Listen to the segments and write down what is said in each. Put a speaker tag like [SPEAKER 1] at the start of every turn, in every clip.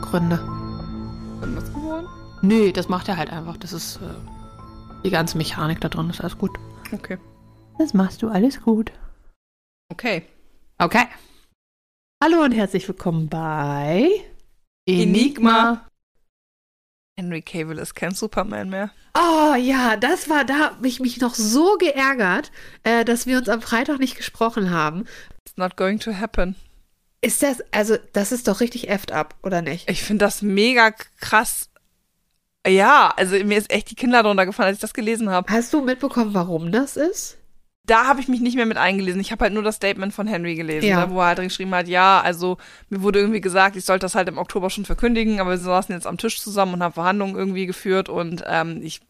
[SPEAKER 1] Gründe.
[SPEAKER 2] Irgendwas geworden?
[SPEAKER 1] Nö, das macht er halt einfach. Das ist äh, die ganze Mechanik da drin, ist alles gut.
[SPEAKER 2] Okay.
[SPEAKER 1] Das machst du alles gut.
[SPEAKER 2] Okay.
[SPEAKER 1] Okay. Hallo und herzlich willkommen bei
[SPEAKER 2] Enigma. Henry Cavill ist kein Superman mehr.
[SPEAKER 1] Oh ja, das war, da habe ich mich noch so geärgert, äh, dass wir uns am Freitag nicht gesprochen haben.
[SPEAKER 2] It's not going to happen.
[SPEAKER 1] Ist das, also, das ist doch richtig effed ab, oder nicht?
[SPEAKER 2] Ich finde das mega krass. Ja, also mir ist echt die Kinder drunter gefallen, als ich das gelesen habe.
[SPEAKER 1] Hast du mitbekommen, warum das ist?
[SPEAKER 2] da habe ich mich nicht mehr mit eingelesen. Ich habe halt nur das Statement von Henry gelesen,
[SPEAKER 1] Ja.
[SPEAKER 2] ne, wo er halt drin geschrieben hat, ja, also mir wurde irgendwie gesagt, ich sollte das halt im Oktober schon verkündigen, aber wir saßen jetzt am Tisch zusammen und haben Verhandlungen irgendwie geführt und ähm, ich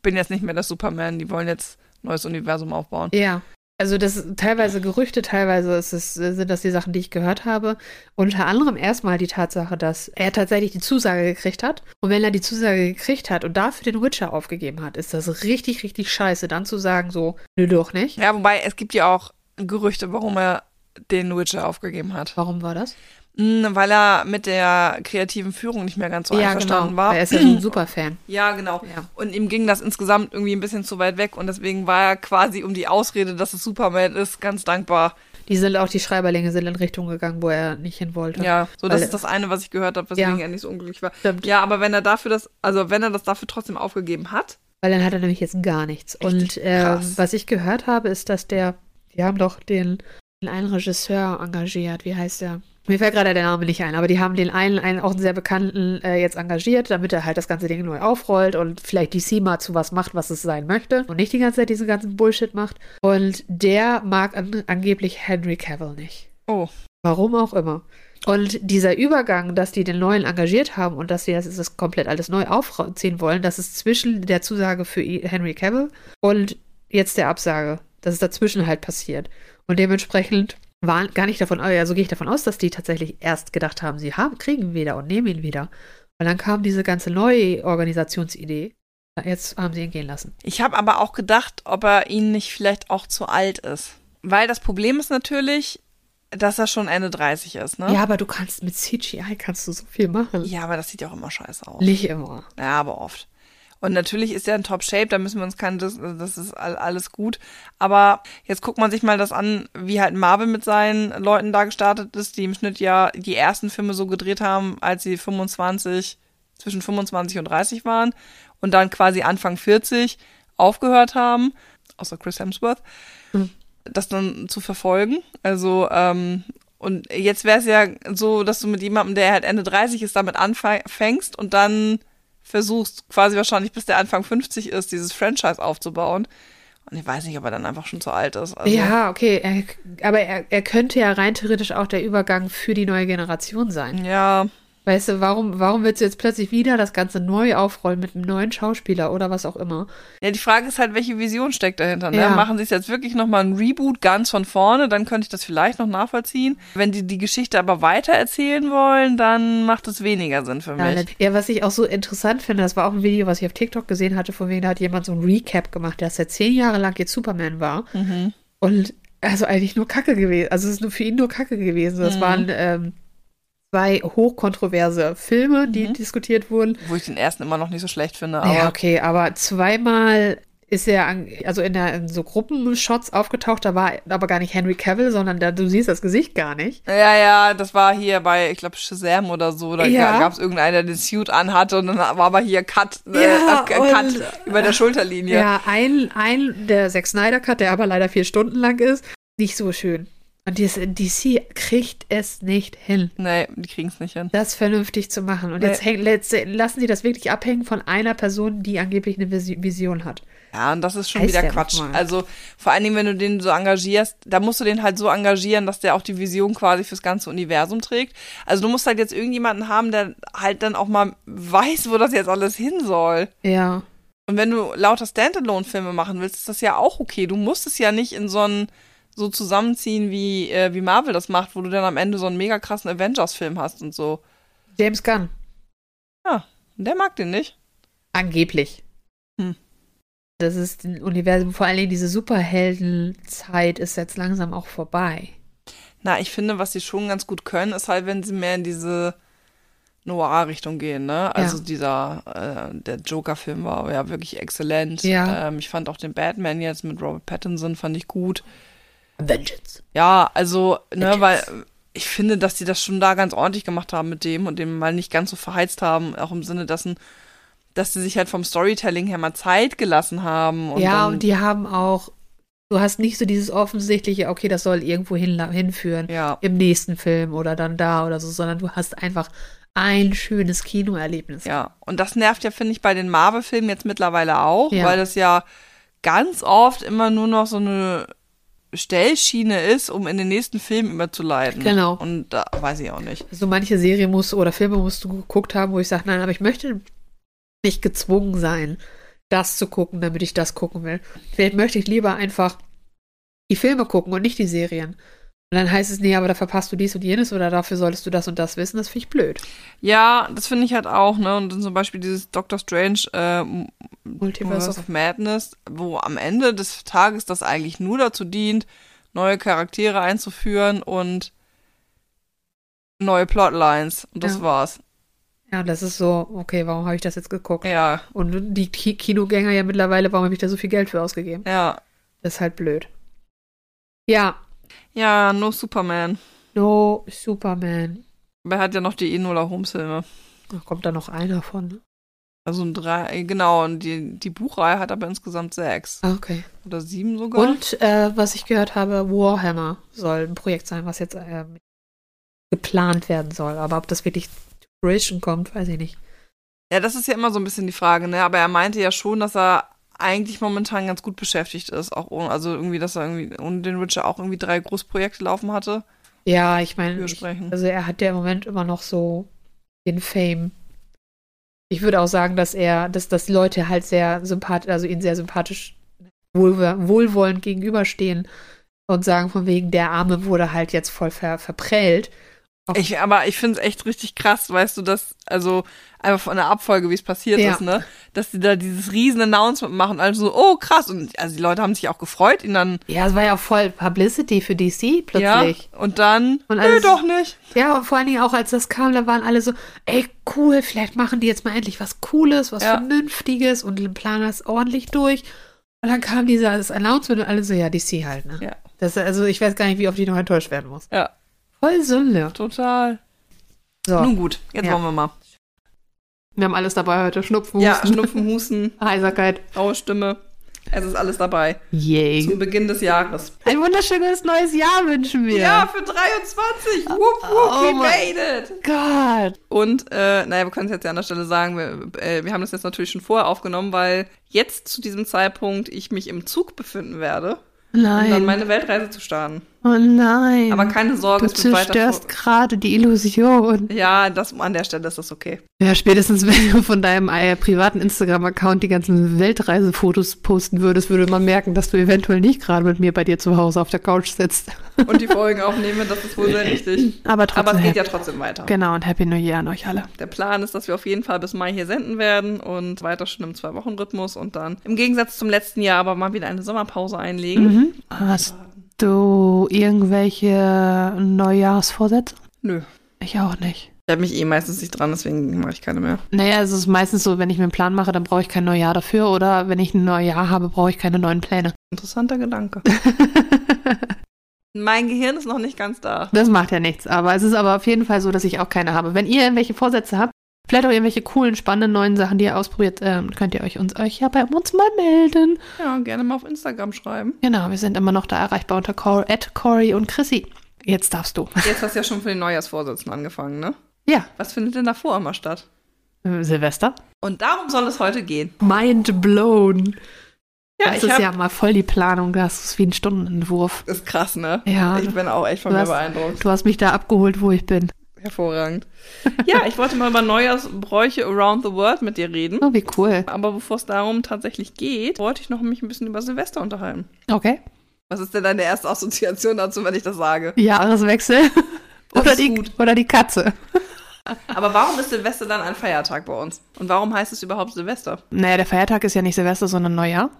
[SPEAKER 2] bin jetzt nicht mehr das Superman, die wollen jetzt ein neues Universum aufbauen.
[SPEAKER 1] Ja. Also das sind teilweise Gerüchte, teilweise ist es, sind das die Sachen, die ich gehört habe. Unter anderem erstmal die Tatsache, dass er tatsächlich die Zusage gekriegt hat. Und wenn er die Zusage gekriegt hat und dafür den Witcher aufgegeben hat, ist das richtig, richtig scheiße, dann zu sagen so, nö, doch nicht.
[SPEAKER 2] Ja, wobei es gibt ja auch Gerüchte, warum er den Witcher aufgegeben hat.
[SPEAKER 1] Warum war das?
[SPEAKER 2] Hm, weil er mit der kreativen Führung nicht mehr ganz so einverstanden war.
[SPEAKER 1] genau. Er ist ja so ein Superfan.
[SPEAKER 2] Ja, genau.
[SPEAKER 1] Ja.
[SPEAKER 2] Und ihm ging das insgesamt irgendwie ein bisschen zu weit weg und deswegen war er quasi um die Ausrede, dass es Superman ist, ganz dankbar.
[SPEAKER 1] Die sind auch, die Schreiberlinge sind in Richtung gegangen, wo er nicht hin wollte.
[SPEAKER 2] Ja, so
[SPEAKER 1] Weil-
[SPEAKER 2] das ist das eine, was ich gehört habe, weswegen
[SPEAKER 1] Ja.
[SPEAKER 2] er nicht so unglücklich war.
[SPEAKER 1] Stimmt.
[SPEAKER 2] Ja, aber wenn er dafür das, also wenn er das dafür trotzdem aufgegeben hat,
[SPEAKER 1] Weil dann hat er nämlich jetzt gar nichts. Und
[SPEAKER 2] Richtig
[SPEAKER 1] äh,
[SPEAKER 2] krass.
[SPEAKER 1] was ich gehört habe, ist, dass der, die haben doch den, den einen Regisseur engagiert. Wie heißt der? Mir fällt gerade der Name nicht ein, aber die haben den einen, einen auch einen sehr bekannten äh, jetzt engagiert, damit er halt das ganze Ding neu aufrollt und vielleicht DC mal zu was macht, was es sein möchte und nicht die ganze Zeit diesen ganzen Bullshit macht. Und der mag an, angeblich Henry Cavill nicht.
[SPEAKER 2] oh,
[SPEAKER 1] Warum auch immer. Und dieser Übergang, dass die den Neuen engagiert haben und dass sie das, das komplett alles neu aufziehen wollen, das ist zwischen der Zusage für I- Henry Cavill und jetzt der Absage. Das ist dazwischen halt passiert. Und dementsprechend waren gar nicht davon, also gehe ich davon aus, dass die tatsächlich erst gedacht haben, sie haben, kriegen ihn wieder und nehmen ihn wieder. Und dann kam diese ganze neue Organisationsidee. Jetzt haben sie ihn gehen lassen.
[SPEAKER 2] Ich habe aber auch gedacht, ob er ihn nicht vielleicht auch zu alt ist. Weil das Problem ist natürlich, dass er schon Ende 30 ist, ne?
[SPEAKER 1] Ja, aber du kannst mit CGI kannst du so viel machen.
[SPEAKER 2] Ja, aber das sieht ja auch immer scheiße aus.
[SPEAKER 1] Nicht immer.
[SPEAKER 2] Ja, aber oft. Und natürlich ist er in Top-Shape, da müssen wir uns keinen, das, das ist all- alles gut. Aber jetzt guckt man sich mal das an, wie halt Marvel mit seinen Leuten da gestartet ist, die im Schnitt ja die ersten Filme so gedreht haben, als sie 25, zwischen 25 und 30 waren und dann quasi Anfang 40 aufgehört haben, außer Chris Hemsworth,
[SPEAKER 1] Mhm.
[SPEAKER 2] das dann zu verfolgen. Also, ähm, und jetzt wäre es ja so, dass du mit jemandem, der halt Ende 30 ist, damit anfängst und dann versuchst, quasi wahrscheinlich bis der Anfang 50 ist, dieses Franchise aufzubauen. Und ich weiß nicht, ob er dann einfach schon zu alt ist. Also,
[SPEAKER 1] Ja, okay, er, aber er, er könnte ja rein theoretisch auch der Übergang für die neue Generation sein.
[SPEAKER 2] Ja,
[SPEAKER 1] Weißt du, warum, warum willst du jetzt plötzlich wieder das Ganze neu aufrollen mit einem neuen Schauspieler oder was auch immer?
[SPEAKER 2] Ja, die Frage ist halt, welche Vision steckt dahinter? Ne?
[SPEAKER 1] Ja.
[SPEAKER 2] Machen sie es jetzt wirklich nochmal ein Reboot ganz von vorne, dann könnte ich das vielleicht noch nachvollziehen. Wenn die die Geschichte aber weiter erzählen wollen, dann macht es weniger Sinn für mich.
[SPEAKER 1] Ja, was ich auch so interessant finde, das war auch ein Video, was ich auf TikTok gesehen hatte, von wegen, da hat jemand so ein Recap gemacht, dass er zehn Jahre lang jetzt Superman war.
[SPEAKER 2] Mhm.
[SPEAKER 1] Und also eigentlich nur Kacke gewesen. Also es ist nur für ihn nur Kacke gewesen. Das
[SPEAKER 2] Mhm.
[SPEAKER 1] waren ähm, zwei hochkontroverse Filme, die
[SPEAKER 2] Mhm.
[SPEAKER 1] diskutiert wurden.
[SPEAKER 2] Wo ich den ersten immer noch nicht so schlecht finde, aber
[SPEAKER 1] Ja, okay, aber zweimal ist er an, also in, der, in so Gruppenshots aufgetaucht, da war aber gar nicht Henry Cavill, sondern da, du siehst das Gesicht gar nicht.
[SPEAKER 2] Ja, ja, das war hier bei, ich glaube, Shazam oder so. Da
[SPEAKER 1] Ja.
[SPEAKER 2] gab es irgendeiner, der den Suit anhatte und dann war aber hier Cut, äh,
[SPEAKER 1] Ja,
[SPEAKER 2] ab- äh, Cut
[SPEAKER 1] und-
[SPEAKER 2] über der
[SPEAKER 1] Ja,
[SPEAKER 2] Schulterlinie.
[SPEAKER 1] ein, ein der Zack Snyder Cut, der aber leider vier Stunden lang ist, nicht so schön. Und dieses DC kriegt es nicht hin,
[SPEAKER 2] Nee, die kriegen's nicht hin.
[SPEAKER 1] das vernünftig zu machen. Und
[SPEAKER 2] Nee.
[SPEAKER 1] jetzt hängt, letzt- lassen sie das wirklich abhängen von einer Person, die angeblich eine Visi- Vision hat.
[SPEAKER 2] Ja, und das ist schon
[SPEAKER 1] Heißt
[SPEAKER 2] wieder
[SPEAKER 1] der
[SPEAKER 2] Quatsch.
[SPEAKER 1] nochmal?
[SPEAKER 2] Also vor allen Dingen, wenn du den so engagierst, da musst du den halt so engagieren, dass der auch die Vision quasi fürs ganze Universum trägt. Also du musst halt jetzt irgendjemanden haben, der halt dann auch mal weiß, wo das jetzt alles hin soll.
[SPEAKER 1] Ja.
[SPEAKER 2] Und wenn du lauter Standalone-Filme machen willst, ist das ja auch okay. Du musst es ja nicht in so einen so zusammenziehen, wie, äh, wie Marvel das macht, wo du dann am Ende so einen mega krassen Avengers-Film hast und so.
[SPEAKER 1] James Gunn.
[SPEAKER 2] Und der mag den nicht.
[SPEAKER 1] Angeblich.
[SPEAKER 2] Hm.
[SPEAKER 1] Das ist ein Universum, vor allen Dingen diese Superheldenzeit ist jetzt langsam auch vorbei.
[SPEAKER 2] Na, ich finde, was sie schon ganz gut können, ist halt, wenn sie mehr in diese Noir-Richtung gehen, ne? Also dieser, äh, der Joker-Film war ja wirklich exzellent.
[SPEAKER 1] Ja.
[SPEAKER 2] Ähm, ich fand auch den Batman jetzt mit Robert Pattinson, fand ich gut.
[SPEAKER 1] Vengeance.
[SPEAKER 2] Ja, also, ne,
[SPEAKER 1] Bitches.
[SPEAKER 2] weil äh, ich finde, dass die das schon da ganz ordentlich gemacht haben mit dem und dem mal nicht ganz so verheizt haben, auch im Sinne dessen, dass sie sich halt vom Storytelling her mal Zeit gelassen haben. Und
[SPEAKER 1] ja,
[SPEAKER 2] dann,
[SPEAKER 1] und die haben auch, du hast nicht so dieses offensichtliche, okay, das soll irgendwo hinla- hinführen,
[SPEAKER 2] Ja,
[SPEAKER 1] im nächsten Film oder dann da oder so, sondern du hast einfach ein schönes Kinoerlebnis.
[SPEAKER 2] ja. Und das nervt ja, finde ich, bei den Marvel-Filmen jetzt mittlerweile auch,
[SPEAKER 1] Ja.
[SPEAKER 2] weil das ja ganz oft immer nur noch so eine Stellschiene ist, um in den nächsten Film überzuleiten.
[SPEAKER 1] Genau.
[SPEAKER 2] Und da weiß ich auch nicht.
[SPEAKER 1] So manche Serie muss oder Filme musst du geguckt haben, wo ich sage, nein, aber ich möchte nicht gezwungen sein, das zu gucken, damit ich das gucken will. Vielleicht möchte ich lieber einfach die Filme gucken und nicht die Serien. Und dann heißt es, nee, aber da verpasst du dies und jenes oder dafür solltest du das und das wissen. Das finde ich blöd.
[SPEAKER 2] Ja, das finde ich halt auch, ne? Und dann zum Beispiel dieses Doctor Strange äh,
[SPEAKER 1] Multiverse
[SPEAKER 2] Multiverse
[SPEAKER 1] of
[SPEAKER 2] of Madness, wo am Ende des Tages das eigentlich nur dazu dient, neue Charaktere einzuführen und neue Plotlines. Und das
[SPEAKER 1] Ja.
[SPEAKER 2] war's.
[SPEAKER 1] Ja, das ist so, okay, warum habe ich das jetzt geguckt?
[SPEAKER 2] Ja,
[SPEAKER 1] Und die Ki Kinogänger ja mittlerweile, warum habe ich da so viel Geld für ausgegeben?
[SPEAKER 2] ja.
[SPEAKER 1] Das ist halt blöd. Ja,
[SPEAKER 2] Ja, no Superman.
[SPEAKER 1] no Superman.
[SPEAKER 2] Aber er hat ja noch die Enola Holmes-Filme.
[SPEAKER 1] Da kommt da noch einer von.
[SPEAKER 2] Also ein drei, genau, und die, die Buchreihe hat aber insgesamt sechs.
[SPEAKER 1] Ah, okay.
[SPEAKER 2] Oder sieben sogar.
[SPEAKER 1] Und äh, was ich gehört habe, Warhammer soll ein Projekt sein, was jetzt ähm, geplant werden soll. Aber ob das wirklich zu Fruition kommt, weiß ich nicht.
[SPEAKER 2] Ja, das ist ja immer so ein bisschen die Frage, ne? Aber er meinte ja schon, dass er eigentlich momentan ganz gut beschäftigt ist, auch ohne, also irgendwie, dass er irgendwie ohne den Witcher auch irgendwie drei Großprojekte laufen hatte.
[SPEAKER 1] Ja, ich meine,
[SPEAKER 2] Wir
[SPEAKER 1] ich-
[SPEAKER 2] sprechen.
[SPEAKER 1] also er hat ja im Moment immer noch so den Fame. Ich würde auch sagen, dass er, dass das Leute halt sehr sympathisch, also ihn sehr sympathisch wohlw- wohlwollend gegenüberstehen und sagen von wegen, der Arme wurde halt jetzt voll ver verprellt.
[SPEAKER 2] Ich, aber ich finde es echt richtig krass, weißt du, dass, also einfach von der Abfolge, wie es passiert
[SPEAKER 1] Ja.
[SPEAKER 2] ist, ne? Dass die da dieses riesen Announcement machen, also so, oh krass. Und also die Leute haben sich auch gefreut, ihn dann,
[SPEAKER 1] Ja, es war ja voll Publicity für DC plötzlich.
[SPEAKER 2] ja, und dann,
[SPEAKER 1] Und
[SPEAKER 2] nö,
[SPEAKER 1] alles-
[SPEAKER 2] doch nicht.
[SPEAKER 1] Ja, und vor allen Dingen auch, als das kam, da waren alle so, ey, cool, vielleicht machen die jetzt mal endlich was Cooles, was
[SPEAKER 2] Ja.
[SPEAKER 1] Vernünftiges und planen das ordentlich durch. Und dann kam dieser das Announcement und alle so, ja, DC halt, ne?
[SPEAKER 2] Ja.
[SPEAKER 1] Das, also ich weiß gar nicht, wie oft ich noch enttäuscht werden muss.
[SPEAKER 2] Ja,
[SPEAKER 1] Voll Sünde.
[SPEAKER 2] total.
[SPEAKER 1] So,
[SPEAKER 2] Nun gut, jetzt
[SPEAKER 1] Ja.
[SPEAKER 2] wollen wir mal.
[SPEAKER 1] wir haben alles dabei heute. Schnupfen,
[SPEAKER 2] Ja,
[SPEAKER 1] Husten,
[SPEAKER 2] Schnupfen, Husten,
[SPEAKER 1] Heiserkeit.
[SPEAKER 2] raue Stimme. Es ist alles dabei.
[SPEAKER 1] Yay.
[SPEAKER 2] Zum Beginn des Jahres.
[SPEAKER 1] Ein wunderschönes neues Jahr wünschen wir.
[SPEAKER 2] Ja, für 23. Wupp, wupp,
[SPEAKER 1] Oh
[SPEAKER 2] we
[SPEAKER 1] mein-
[SPEAKER 2] made it.
[SPEAKER 1] Gott.
[SPEAKER 2] Und, äh, naja, wir können es jetzt ja an der Stelle sagen, wir, äh, wir haben das jetzt natürlich schon vorher aufgenommen, weil jetzt zu diesem Zeitpunkt ich mich im Zug befinden werde, um dann
[SPEAKER 1] Nein.
[SPEAKER 2] meine Weltreise zu starten.
[SPEAKER 1] oh nein.
[SPEAKER 2] Aber keine Sorge,
[SPEAKER 1] du
[SPEAKER 2] es wird weiter...
[SPEAKER 1] zerstörst gerade die Illusion.
[SPEAKER 2] vor- Ja, das, an der Stelle ist das okay.
[SPEAKER 1] Ja, spätestens wenn du von deinem äh, privaten Instagram-Account die ganzen Weltreisefotos posten würdest, würde man merken, dass du eventuell nicht gerade mit mir bei dir zu Hause auf der Couch sitzt.
[SPEAKER 2] Und die Folgen aufnehmen, das ist wohl sehr wichtig.
[SPEAKER 1] Aber trotzdem.
[SPEAKER 2] Aber es geht
[SPEAKER 1] happy.
[SPEAKER 2] ja trotzdem weiter.
[SPEAKER 1] Genau, und Happy New Year an euch alle.
[SPEAKER 2] Der Plan ist, dass wir auf jeden Fall bis Mai hier senden werden und weiter schon im Zwei-Wochen-Rhythmus und dann im Gegensatz zum letzten Jahr aber mal wieder eine Sommerpause einlegen.
[SPEAKER 1] Mhm. Hast du irgendwelche Neujahrsvorsätze?
[SPEAKER 2] Nö.
[SPEAKER 1] Ich auch nicht.
[SPEAKER 2] Ich habe mich eh meistens nicht dran, deswegen mache ich keine mehr.
[SPEAKER 1] Naja, es ist meistens so, wenn ich mir einen Plan mache, dann brauche ich kein Neujahr dafür oder wenn ich ein Neujahr habe, brauche ich keine neuen Pläne.
[SPEAKER 2] Interessanter Gedanke. mein Gehirn ist noch nicht ganz da.
[SPEAKER 1] Das macht ja nichts, aber es ist aber auf jeden Fall so, dass ich auch keine habe. Wenn ihr irgendwelche Vorsätze habt, vielleicht auch irgendwelche coolen, spannenden neuen Sachen, die ihr ausprobiert, ähm, könnt ihr euch uns euch ja bei uns mal melden.
[SPEAKER 2] Ja, gerne mal auf Instagram schreiben.
[SPEAKER 1] Genau, wir sind immer noch da erreichbar unter Cor at Cory und Chrissy. Jetzt darfst du.
[SPEAKER 2] Jetzt hast du ja schon von den Neujahrsvorsätzen angefangen, ne?
[SPEAKER 1] Ja,
[SPEAKER 2] Was findet denn davor immer statt?
[SPEAKER 1] äh, Silvester.
[SPEAKER 2] Und darum soll es heute gehen.
[SPEAKER 1] Mind blown.
[SPEAKER 2] Ja,
[SPEAKER 1] das
[SPEAKER 2] ich
[SPEAKER 1] ist
[SPEAKER 2] hab,
[SPEAKER 1] ja mal voll die Planung, das ist wie ein Stundenentwurf.
[SPEAKER 2] ist krass, ne?
[SPEAKER 1] Ja.
[SPEAKER 2] Ich bin auch echt von
[SPEAKER 1] Du
[SPEAKER 2] mir
[SPEAKER 1] hast-
[SPEAKER 2] beeindruckt.
[SPEAKER 1] Du hast mich da abgeholt, wo ich bin.
[SPEAKER 2] Hervorragend. Ja, ich wollte mal über Neujahrsbräuche around the world mit dir reden.
[SPEAKER 1] Oh, wie cool.
[SPEAKER 2] Aber bevor es darum tatsächlich geht, wollte ich noch mich ein bisschen über Silvester unterhalten.
[SPEAKER 1] Okay.
[SPEAKER 2] Was ist denn deine erste Assoziation dazu, wenn ich das sage?
[SPEAKER 1] Jahreswechsel.
[SPEAKER 2] Das
[SPEAKER 1] Oder
[SPEAKER 2] ist
[SPEAKER 1] die,
[SPEAKER 2] gut.
[SPEAKER 1] oder die Katze.
[SPEAKER 2] Aber warum ist Silvester dann ein Feiertag bei uns? Und warum heißt es überhaupt Silvester?
[SPEAKER 1] Naja, der Feiertag ist ja nicht Silvester, sondern Neujahr.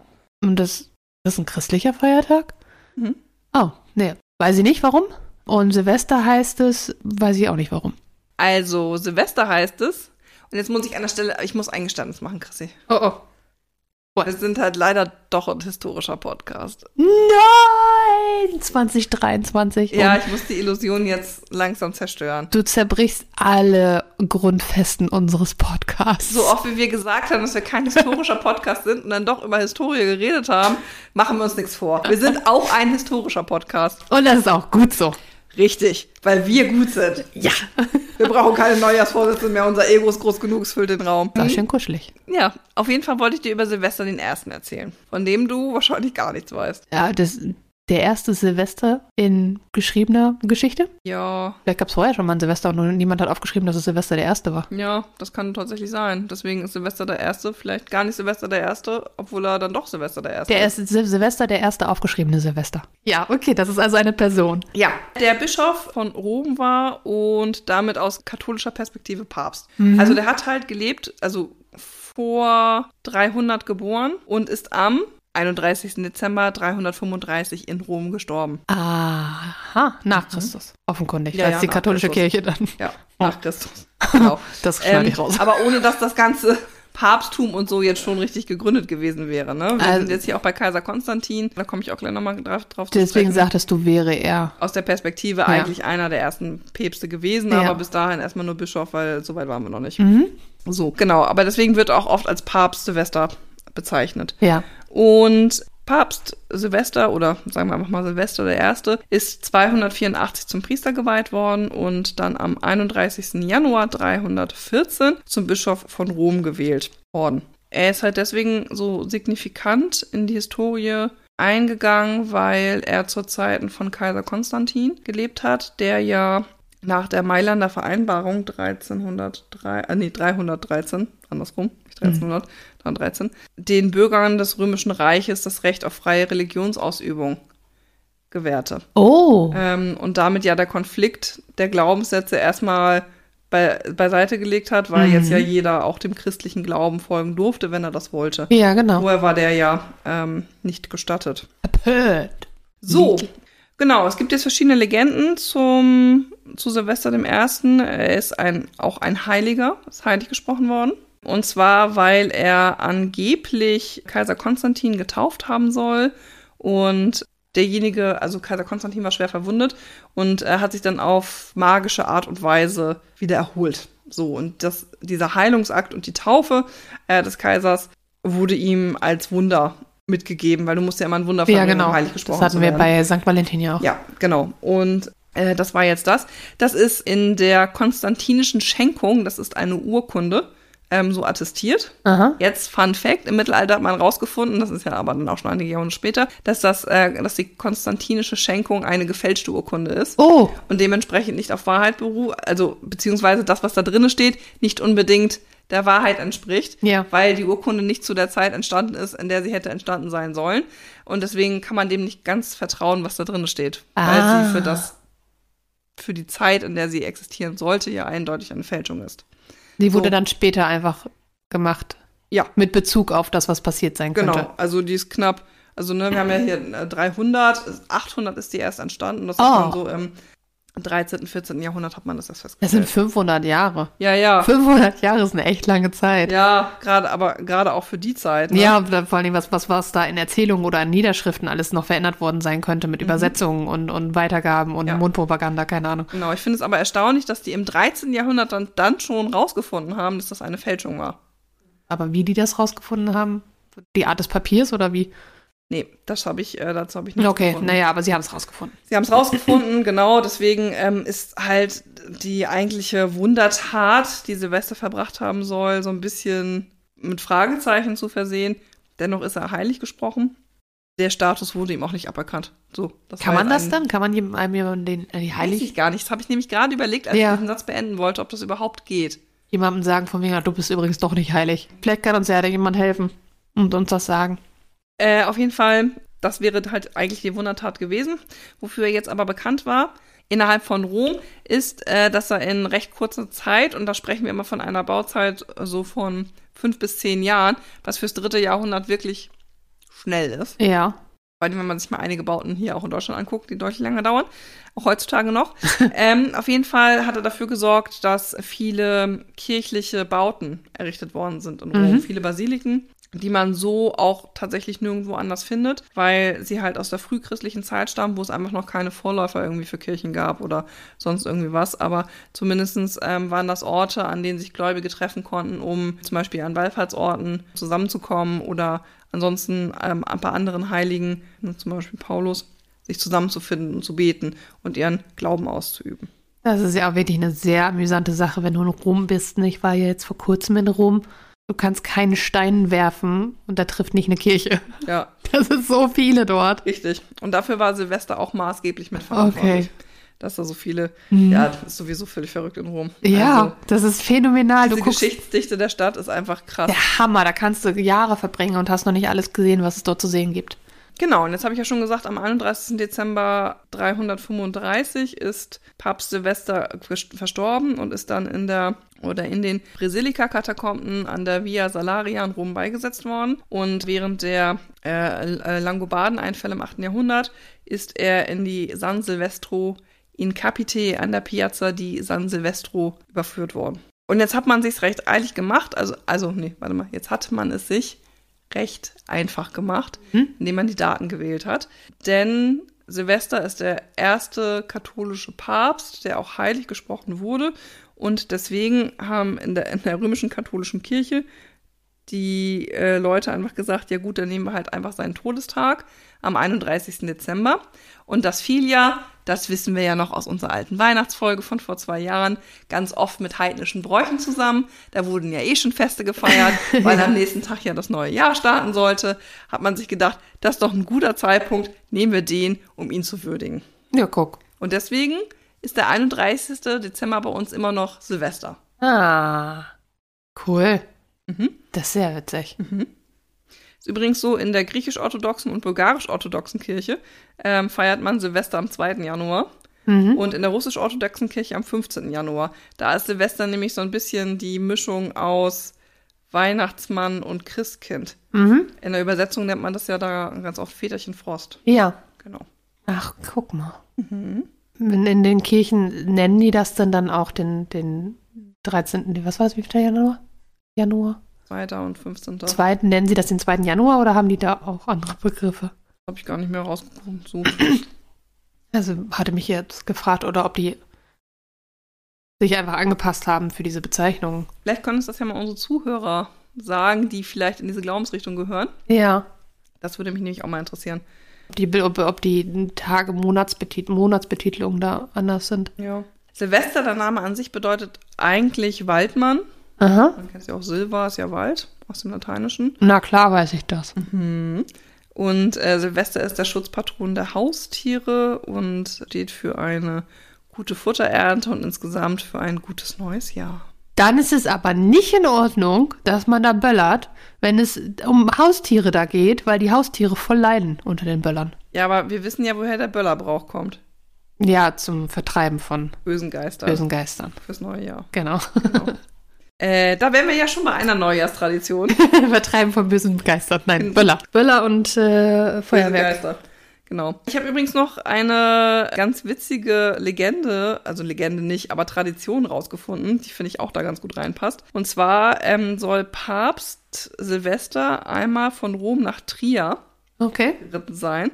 [SPEAKER 1] Und das, das ist ein christlicher Feiertag?
[SPEAKER 2] Mhm.
[SPEAKER 1] Oh, nee. Weiß ich nicht warum. Und Silvester heißt es, weiß ich auch nicht warum.
[SPEAKER 2] Also, Silvester heißt es. Und jetzt muss ich an der Stelle, ich muss Eingeständnis machen, Chrissy.
[SPEAKER 3] Oh, oh.
[SPEAKER 2] Wir sind halt leider doch ein historischer Podcast.
[SPEAKER 1] Nein! 2023.
[SPEAKER 2] Ja,
[SPEAKER 1] Und
[SPEAKER 2] ich muss die Illusion jetzt langsam zerstören.
[SPEAKER 1] Du zerbrichst alle Grundfesten unseres Podcasts.
[SPEAKER 2] So oft wie wir gesagt haben, dass wir kein historischer Podcast sind und dann doch über Historie geredet haben, machen wir uns nichts vor. Wir sind auch ein historischer Podcast.
[SPEAKER 1] Und das ist auch gut
[SPEAKER 2] Mhm.
[SPEAKER 1] so.
[SPEAKER 2] Richtig, weil wir gut sind.
[SPEAKER 1] Ja.
[SPEAKER 2] Wir brauchen keine Neujahrsvorsätze mehr. Unser Ego ist groß genug, es füllt den Raum.
[SPEAKER 1] Das ist schön kuschelig.
[SPEAKER 2] Ja, auf jeden Fall wollte ich dir über Silvester den Ersten erzählen, von dem du wahrscheinlich gar nichts weißt.
[SPEAKER 1] Ja, das, der erste Silvester in geschriebener Geschichte.
[SPEAKER 2] Ja,
[SPEAKER 1] Vielleicht gab es vorher schon mal ein Silvester und nur niemand hat aufgeschrieben, dass es Silvester der erste war.
[SPEAKER 2] ja, das kann tatsächlich sein. Deswegen ist Silvester der Erste vielleicht gar nicht Silvester der Erste, obwohl er dann doch Silvester der Erste
[SPEAKER 1] Der
[SPEAKER 2] ist.
[SPEAKER 1] erste Sil Silvester, der erste aufgeschriebene Silvester. Ja, okay, das ist also eine Person.
[SPEAKER 2] Ja, der Bischof von Rom war und damit aus katholischer Perspektive Papst. Also der hat halt gelebt, also vor 300 geboren und ist am 31. Dezember 335 in Rom gestorben.
[SPEAKER 1] Aha, nach Christus. Offenkundig.
[SPEAKER 2] Ja,
[SPEAKER 1] Mhm. Ja, als
[SPEAKER 2] ja,
[SPEAKER 1] die
[SPEAKER 2] nach
[SPEAKER 1] katholische
[SPEAKER 2] Christus.
[SPEAKER 1] Kirche dann.
[SPEAKER 2] Ja, nach Christus. Genau.
[SPEAKER 1] Das schneide ich raus.
[SPEAKER 2] Aber ohne, dass das ganze Papsttum und so jetzt schon richtig gegründet gewesen wäre. Ne? Wir
[SPEAKER 1] Also-
[SPEAKER 2] sind jetzt hier auch bei Kaiser Konstantin. Da komme ich auch gleich nochmal drauf, drauf zu
[SPEAKER 1] Deswegen
[SPEAKER 2] sprechen.
[SPEAKER 1] sagtest du, wäre er.
[SPEAKER 2] aus der Perspektive eigentlich einer der ersten Päpste gewesen,
[SPEAKER 1] Ja. Mhm.
[SPEAKER 2] aber bis dahin erstmal nur Bischof, weil so weit waren wir noch nicht. So, genau. Aber deswegen wird auch oft als Papst Silvester bezeichnet.
[SPEAKER 1] Ja.
[SPEAKER 2] Und Papst Silvester oder sagen wir einfach mal Silvester der Erste ist 284 zum Priester geweiht worden und dann am 31. Januar 314 zum Bischof von Rom gewählt worden. Er ist halt deswegen so signifikant in die Historie eingegangen, weil er zu Zeiten von Kaiser Konstantin gelebt hat, der ja nach der Mailander Vereinbarung 1303, äh, nee, 313, andersrum, nicht 1300, dann 13, den Bürgern des Römischen Reiches das Recht auf freie Religionsausübung gewährte.
[SPEAKER 1] Oh.
[SPEAKER 2] Ähm, und damit ja der Konflikt der Glaubenssätze erstmal bei, beiseite gelegt hat, weil jetzt ja jeder auch dem christlichen Glauben folgen durfte, wenn er das wollte.
[SPEAKER 1] Ja, genau.
[SPEAKER 2] Vorher war der ja ähm, nicht gestattet.
[SPEAKER 1] Abhört.
[SPEAKER 2] So, genau. Es gibt jetzt verschiedene Legenden zum, zu Silvester dem Ersten. Er ist ein, auch ein Heiliger, ist heilig gesprochen worden. Und zwar, weil er angeblich Kaiser Konstantin getauft haben soll und derjenige, also Kaiser Konstantin war schwer verwundet und er hat sich dann auf magische Art und Weise wieder erholt. So, und das, dieser Heilungsakt und die Taufe äh, des Kaisers wurde ihm als Wunder mitgegeben, weil du musst ja immer ein Wunder
[SPEAKER 1] Ja,
[SPEAKER 2] vollbringen,
[SPEAKER 1] genau.
[SPEAKER 2] um heilig gesprochen
[SPEAKER 1] Das hatten
[SPEAKER 2] zu
[SPEAKER 1] wir
[SPEAKER 2] werden.
[SPEAKER 1] bei St. Valentin ja auch.
[SPEAKER 2] Ja, genau. Und äh, das war jetzt das. Das ist in der konstantinischen Schenkung, das ist eine Urkunde, ähm, so attestiert.
[SPEAKER 1] Aha.
[SPEAKER 2] Jetzt Fun Fact, im Mittelalter hat man rausgefunden, das ist ja aber dann auch schon einige Jahre später, dass das, äh, dass die konstantinische Schenkung eine gefälschte Urkunde ist.
[SPEAKER 1] Oh.
[SPEAKER 2] Und dementsprechend nicht auf Wahrheit beruht, also beziehungsweise das, was da drin steht, nicht unbedingt der Wahrheit entspricht,
[SPEAKER 1] Ja.
[SPEAKER 2] weil die Urkunde nicht zu der Zeit entstanden ist, in der sie hätte entstanden sein sollen. Und deswegen kann man dem nicht ganz vertrauen, was da drin steht. Weil
[SPEAKER 1] Ah.
[SPEAKER 2] sie für das, für die Zeit, in der sie existieren sollte, ja eindeutig eine Fälschung ist.
[SPEAKER 1] Die wurde
[SPEAKER 2] So.
[SPEAKER 1] dann später einfach gemacht.
[SPEAKER 2] Ja.
[SPEAKER 1] Mit Bezug auf das, was passiert sein
[SPEAKER 2] Genau,
[SPEAKER 1] könnte.
[SPEAKER 2] also die ist knapp. Also ne, wir haben ja hier äh, 300, 800 ist die erst entstanden. Das ist
[SPEAKER 1] Oh.
[SPEAKER 2] schon so im 13., 14. Jahrhundert hat man das erst
[SPEAKER 1] Das sind
[SPEAKER 2] festgestellt.
[SPEAKER 1] 500 Jahre.
[SPEAKER 2] Ja, ja,
[SPEAKER 1] 500 Jahre ist eine echt lange Zeit.
[SPEAKER 2] ja, gerade aber gerade auch für die Zeit. Ne?
[SPEAKER 1] Ja, und dann vor allem, was, was, was da in Erzählungen oder in Niederschriften alles noch verändert worden sein könnte mit Übersetzungen und, und Weitergaben und
[SPEAKER 2] Mhm. Ja.
[SPEAKER 1] Mundpropaganda, keine Ahnung.
[SPEAKER 2] Genau, ich finde es aber erstaunlich, dass die im 13. Jahrhundert dann, dann schon rausgefunden haben, dass das eine Fälschung war.
[SPEAKER 1] Aber wie die das rausgefunden haben? Die Art des Papiers oder wie?
[SPEAKER 2] Nee, das habe ich, äh, dazu habe ich nicht
[SPEAKER 1] Okay,
[SPEAKER 2] gefunden.
[SPEAKER 1] naja, aber sie haben es rausgefunden.
[SPEAKER 2] Sie haben es rausgefunden, genau. Deswegen ähm, ist halt die eigentliche Wundertat, die Silvester verbracht haben soll, so ein bisschen mit Fragezeichen zu versehen. Dennoch ist er heilig gesprochen. Der Status wurde ihm auch nicht aberkannt. So, das
[SPEAKER 1] Kann
[SPEAKER 2] war
[SPEAKER 1] man
[SPEAKER 2] jetzt
[SPEAKER 1] das
[SPEAKER 2] ein-
[SPEAKER 1] dann? Kann man jedem- einem jemanden den äh, die
[SPEAKER 2] Weiß
[SPEAKER 1] heilig
[SPEAKER 2] ich gar nicht. Das habe ich nämlich gerade überlegt, als
[SPEAKER 1] Ja.
[SPEAKER 2] ich diesen Satz beenden wollte, ob das überhaupt geht.
[SPEAKER 1] jemandem sagen von wegen, "Ah, du bist übrigens doch nicht heilig? Vielleicht kann uns ja da jemand helfen und uns das sagen.
[SPEAKER 2] Äh, auf jeden Fall, das wäre halt eigentlich die Wundertat gewesen, wofür er jetzt aber bekannt war. Innerhalb von Rom ist, äh, dass er in recht kurzer Zeit, und da sprechen wir immer von einer Bauzeit äh, so von fünf bis zehn Jahren, was fürs dritte Jahrhundert wirklich schnell ist,
[SPEAKER 1] Ja.
[SPEAKER 2] Vor allem, wenn man sich mal einige Bauten hier auch in Deutschland anguckt, die deutlich länger dauern, auch heutzutage noch. ähm, auf jeden Fall hat er dafür gesorgt, dass viele kirchliche Bauten errichtet worden sind in Rom,
[SPEAKER 1] Mhm.
[SPEAKER 2] viele Basiliken die man so auch tatsächlich nirgendwo anders findet, weil sie halt aus der frühchristlichen Zeit stammen, wo es einfach noch keine Vorläufer irgendwie für Kirchen gab oder sonst irgendwie was. Aber zumindestens ähm, waren das Orte, an denen sich Gläubige treffen konnten, um zum Beispiel an Wallfahrtsorten zusammenzukommen oder ansonsten ähm, ein paar anderen Heiligen, ne, zum Beispiel Paulus, sich zusammenzufinden und zu beten und ihren Glauben auszuüben.
[SPEAKER 1] Das ist ja auch wirklich eine sehr amüsante Sache, wenn du in Rom bist. ne? Ich war ja jetzt vor kurzem in Rom. Du kannst keinen Stein werfen und da trifft nicht eine Kirche.
[SPEAKER 2] Ja,
[SPEAKER 1] Das ist so viele dort.
[SPEAKER 2] Richtig. Und dafür war Silvester auch maßgeblich mitverantwortlich.
[SPEAKER 1] Okay.
[SPEAKER 2] Dass da so viele,
[SPEAKER 1] Mhm.
[SPEAKER 2] ja, das ist sowieso völlig verrückt in Rom.
[SPEAKER 1] Ja, das ist phänomenal.
[SPEAKER 2] Also,
[SPEAKER 1] Du
[SPEAKER 2] diese
[SPEAKER 1] guckst,
[SPEAKER 2] Geschichtsdichte der Stadt ist einfach krass.
[SPEAKER 1] der Hammer, da kannst du Jahre verbringen und hast noch nicht alles gesehen, was es dort zu sehen gibt.
[SPEAKER 2] Genau, und jetzt habe ich ja schon gesagt, am 31. Dezember 335 ist Papst Silvester gest- verstorben und ist dann in der oder in den Brasilika-Katakomben an der Via Salaria in Rom beigesetzt worden. Und während der äh, L- äh, Langobarden-Einfälle im 8. Jahrhundert ist er in die San Silvestro in Capite an der Piazza di San Silvestro überführt worden. Und jetzt hat man sich's recht eilig gemacht, also, also, nee, warte mal, jetzt hat man es sich recht einfach gemacht, indem man die Daten gewählt hat. Denn Silvester ist der erste katholische Papst, der auch heilig gesprochen wurde. Und deswegen haben in der, in der römischen katholischen Kirche die äh, Leute einfach gesagt, ja gut, dann nehmen wir halt einfach seinen Todestag am 31. Dezember. Und das fiel ja, das wissen wir ja noch aus unserer alten Weihnachtsfolge von vor zwei Jahren, ganz oft mit heidnischen Bräuchen zusammen. Da wurden ja eh schon Feste gefeiert, weil am nächsten Tag ja das neue Jahr starten sollte. Hat man sich gedacht, das ist doch ein guter Zeitpunkt, nehmen wir den, um ihn zu würdigen.
[SPEAKER 1] Ja, guck.
[SPEAKER 2] Und deswegen ist der 31. Dezember bei uns immer noch Silvester.
[SPEAKER 1] Ah, cool.
[SPEAKER 2] Mhm.
[SPEAKER 1] Das ist sehr witzig.
[SPEAKER 2] Ist übrigens so, in der griechisch-orthodoxen und bulgarisch-orthodoxen Kirche ähm, feiert man Silvester am 2. Januar
[SPEAKER 1] Mhm.
[SPEAKER 2] und in der russisch-orthodoxen Kirche am 15. Januar. Da ist Silvester nämlich so ein bisschen die Mischung aus Weihnachtsmann und Christkind.
[SPEAKER 1] Mhm.
[SPEAKER 2] In der Übersetzung nennt man das ja da ganz oft Väterchen Frost.
[SPEAKER 1] Ja.
[SPEAKER 2] Genau.
[SPEAKER 1] Ach, guck mal. In, in den Kirchen nennen die das denn dann auch den, den 13., was war das, wie viel Januar? Januar?
[SPEAKER 2] 2. und 15. Das
[SPEAKER 1] Zweiten, nennen sie das den 2. Januar oder haben die da auch andere Begriffe?
[SPEAKER 2] habe ich gar nicht mehr rausgeguckt. So.
[SPEAKER 1] Also hatte mich jetzt gefragt, oder ob die sich einfach angepasst haben für diese Bezeichnungen.
[SPEAKER 2] Vielleicht können uns das ja mal unsere Zuhörer sagen, die vielleicht in diese Glaubensrichtung gehören.
[SPEAKER 1] Ja.
[SPEAKER 2] Das würde mich nämlich auch mal interessieren.
[SPEAKER 1] Ob die, ob, ob die Tage, Monatsbetit Monatsbetitlungen da anders sind.
[SPEAKER 2] Ja. Silvester, der Name an sich bedeutet eigentlich Waldmann.
[SPEAKER 1] Aha.
[SPEAKER 2] Man kennt es ja auch Silva, ist ja Wald aus dem Lateinischen.
[SPEAKER 1] Na klar weiß ich das.
[SPEAKER 2] Und äh, Silvester ist der Schutzpatron der Haustiere und steht für eine gute Futterernte und insgesamt für ein gutes neues Jahr.
[SPEAKER 1] Dann ist es aber nicht in Ordnung, dass man da böllert, wenn es um Haustiere da geht, weil die Haustiere voll leiden unter den Böllern.
[SPEAKER 2] Ja, aber wir wissen ja, woher der Böllerbrauch kommt.
[SPEAKER 1] Ja, zum Vertreiben von
[SPEAKER 2] Bösen Geister
[SPEAKER 1] bösen Geistern.
[SPEAKER 2] fürs neue Jahr.
[SPEAKER 1] Genau.
[SPEAKER 2] Äh, da wären wir ja schon bei einer Neujahrstradition.
[SPEAKER 1] Vertreiben von bösen Geistern. Nein, Böller. Genau. Böller und äh, Feuerwerk.
[SPEAKER 2] Geister. Genau. Ich habe übrigens noch eine ganz witzige Legende, also Legende nicht, aber Tradition rausgefunden, die finde ich auch da ganz gut reinpasst. Und zwar ähm, soll Papst Silvester einmal von Rom nach Trier
[SPEAKER 1] Okay.
[SPEAKER 2] geritten sein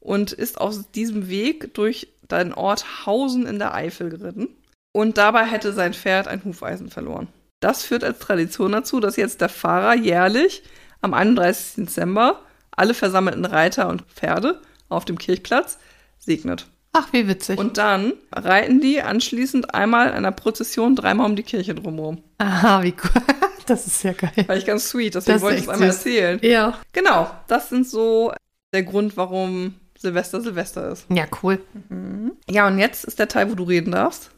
[SPEAKER 2] und ist auf diesem Weg durch den Ort Hausen in der Eifel geritten. Und dabei hätte sein Pferd ein Hufeisen verloren. Das führt als Tradition dazu, dass jetzt der Fahrer jährlich am 31. Dezember alle versammelten Reiter und Pferde auf dem Kirchplatz segnet.
[SPEAKER 1] Ach, wie witzig.
[SPEAKER 2] Und dann reiten die anschließend einmal in einer Prozession dreimal um die Kirche drumherum.
[SPEAKER 1] Aha, wie cool. Das ist ja geil.
[SPEAKER 2] Fand ich ganz sweet, deswegen
[SPEAKER 1] Das ist
[SPEAKER 2] wollte ich es
[SPEAKER 1] echt
[SPEAKER 2] einmal
[SPEAKER 1] süß.
[SPEAKER 2] erzählen.
[SPEAKER 1] Ja.
[SPEAKER 2] Genau, das sind so der Grund, warum Silvester Silvester ist.
[SPEAKER 1] Ja, cool.
[SPEAKER 2] Ja, und jetzt ist der Teil, wo du reden darfst.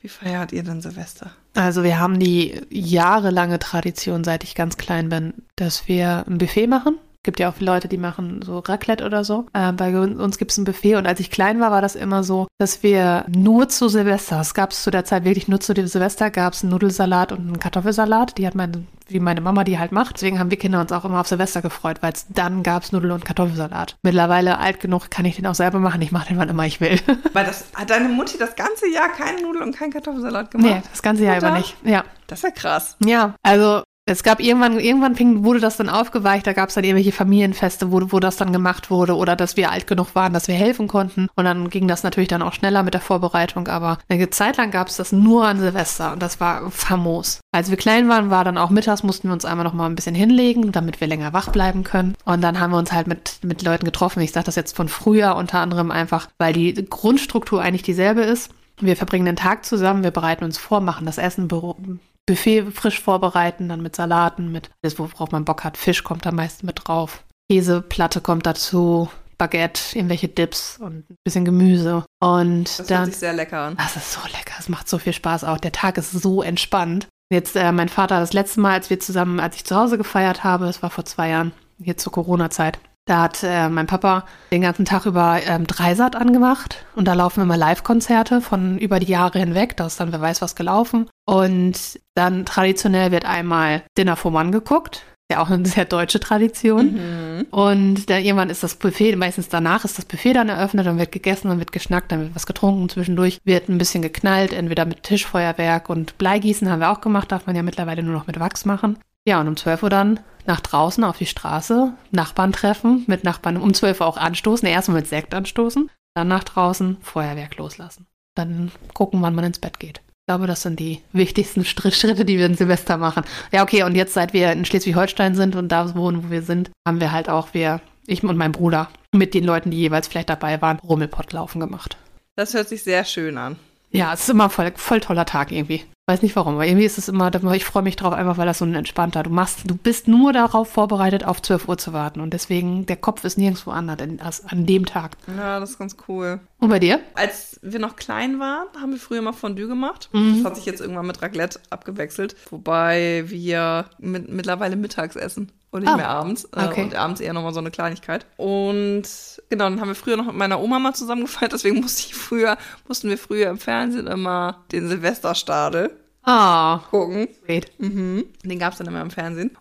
[SPEAKER 2] Wie feiert ihr denn Silvester?
[SPEAKER 1] Also wir haben die jahrelange Tradition, seit ich ganz klein bin, dass wir ein Buffet machen. gibt ja auch viele Leute, die machen so Raclette oder so. Äh, bei uns gibt es ein Buffet und als ich klein war, war das immer so, dass wir nur zu Silvester, es gab es zu der Zeit wirklich nur zu dem Silvester, gab es einen Nudelsalat und einen Kartoffelsalat. Die hat meine, wie meine Mama die halt macht. Deswegen haben wir Kinder uns auch immer auf Silvester gefreut, weil dann gab es Nudel und Kartoffelsalat. Mittlerweile alt genug kann ich den auch selber machen. Ich mache den wann immer ich will.
[SPEAKER 2] Weil das hat deine Mutti das ganze Jahr keine Nudel und keinen Kartoffelsalat gemacht.
[SPEAKER 1] Nee, das ganze Jahr
[SPEAKER 2] Oder?
[SPEAKER 1] über nicht. Ja.
[SPEAKER 2] Das ist ja krass.
[SPEAKER 1] Ja, also es gab irgendwann, irgendwann fing, wurde das dann aufgeweicht, da gab es dann irgendwelche Familienfeste, wo, wo das dann gemacht wurde oder dass wir alt genug waren, dass wir helfen konnten. Und dann ging das natürlich dann auch schneller mit der Vorbereitung, aber eine Zeit lang gab es das nur an Silvester und das war famos. Als wir klein waren, war dann auch mittags, mussten wir uns einmal noch mal ein bisschen hinlegen, damit wir länger wach bleiben können. Und dann haben wir uns halt mit, mit Leuten getroffen. Ich sage das jetzt von früher unter anderem einfach, weil die Grundstruktur eigentlich dieselbe ist. Wir verbringen den Tag zusammen, wir bereiten uns vor, machen das Essen, beru- Buffet frisch vorbereiten, dann mit Salaten, mit alles, worauf man Bock hat. Fisch kommt am meisten mit drauf. Käseplatte kommt dazu, Baguette, irgendwelche Dips und ein bisschen Gemüse. Und
[SPEAKER 2] Das hört
[SPEAKER 1] dann.
[SPEAKER 2] sich sehr lecker an.
[SPEAKER 1] Das ist so lecker, es macht so viel Spaß auch. Der Tag ist so entspannt. Jetzt, äh, mein Vater, das letzte Mal, als wir zusammen, als ich zu Hause gefeiert habe, das war vor zwei Jahren, hier zur Corona-Zeit, da hat äh, mein Papa den ganzen Tag über ähm, Dreisat angemacht und da laufen immer Live-Konzerte von über die Jahre hinweg, da ist dann wer weiß was gelaufen. Und dann traditionell wird einmal Dinner for One geguckt, ja auch eine sehr deutsche Tradition.
[SPEAKER 2] Mhm.
[SPEAKER 1] Und dann irgendwann ist das Buffet, meistens danach ist das Buffet dann eröffnet, dann wird gegessen, dann wird geschnackt, dann wird was getrunken, zwischendurch wird ein bisschen geknallt, entweder mit Tischfeuerwerk und Bleigießen haben wir auch gemacht, darf man ja mittlerweile nur noch mit Wachs machen. Ja, und um 12 Uhr dann nach draußen auf die Straße, Nachbarn treffen, mit Nachbarn um 12 Uhr auch anstoßen, erstmal mit Sekt anstoßen, dann nach draußen Feuerwerk loslassen. Dann gucken, wann man ins Bett geht. Ich glaube, das sind die wichtigsten Str- Schritte, die wir in Silvester machen. Ja, okay, und jetzt, seit wir in Schleswig-Holstein sind und da wohnen, wo wir sind, haben wir halt auch, wir, ich und mein Bruder, mit den Leuten, die jeweils vielleicht dabei waren, Rummelpottlaufen gemacht.
[SPEAKER 2] Das hört sich sehr schön an.
[SPEAKER 1] Ja, es ist immer voll, voll toller Tag irgendwie. Weiß nicht warum, aber irgendwie ist es immer, ich freue mich drauf einfach, weil das so ein entspannter, du machst, du bist nur darauf vorbereitet, auf 12 Uhr zu warten und deswegen, der Kopf ist nirgendwo anders an- als an dem Tag.
[SPEAKER 2] Ja, das ist ganz cool.
[SPEAKER 1] Und bei dir?
[SPEAKER 2] Als wir noch klein waren, haben wir früher mal Fondue gemacht.
[SPEAKER 1] Mhm.
[SPEAKER 2] Das hat sich jetzt irgendwann mit Raclette abgewechselt. Wobei wir mit, mittlerweile mittags essen und nicht
[SPEAKER 1] Ah,
[SPEAKER 2] mehr abends. Äh,
[SPEAKER 1] okay.
[SPEAKER 2] Und abends eher nochmal so eine Kleinigkeit. Und genau, dann haben wir früher noch mit meiner Oma mal zusammen gefeiert. Deswegen musste ich früher, mussten wir früher im Fernsehen immer den Silvesterstadel
[SPEAKER 1] Ah,
[SPEAKER 2] gucken.
[SPEAKER 1] wait.
[SPEAKER 2] Mhm. Den gab es dann immer im Fernsehen.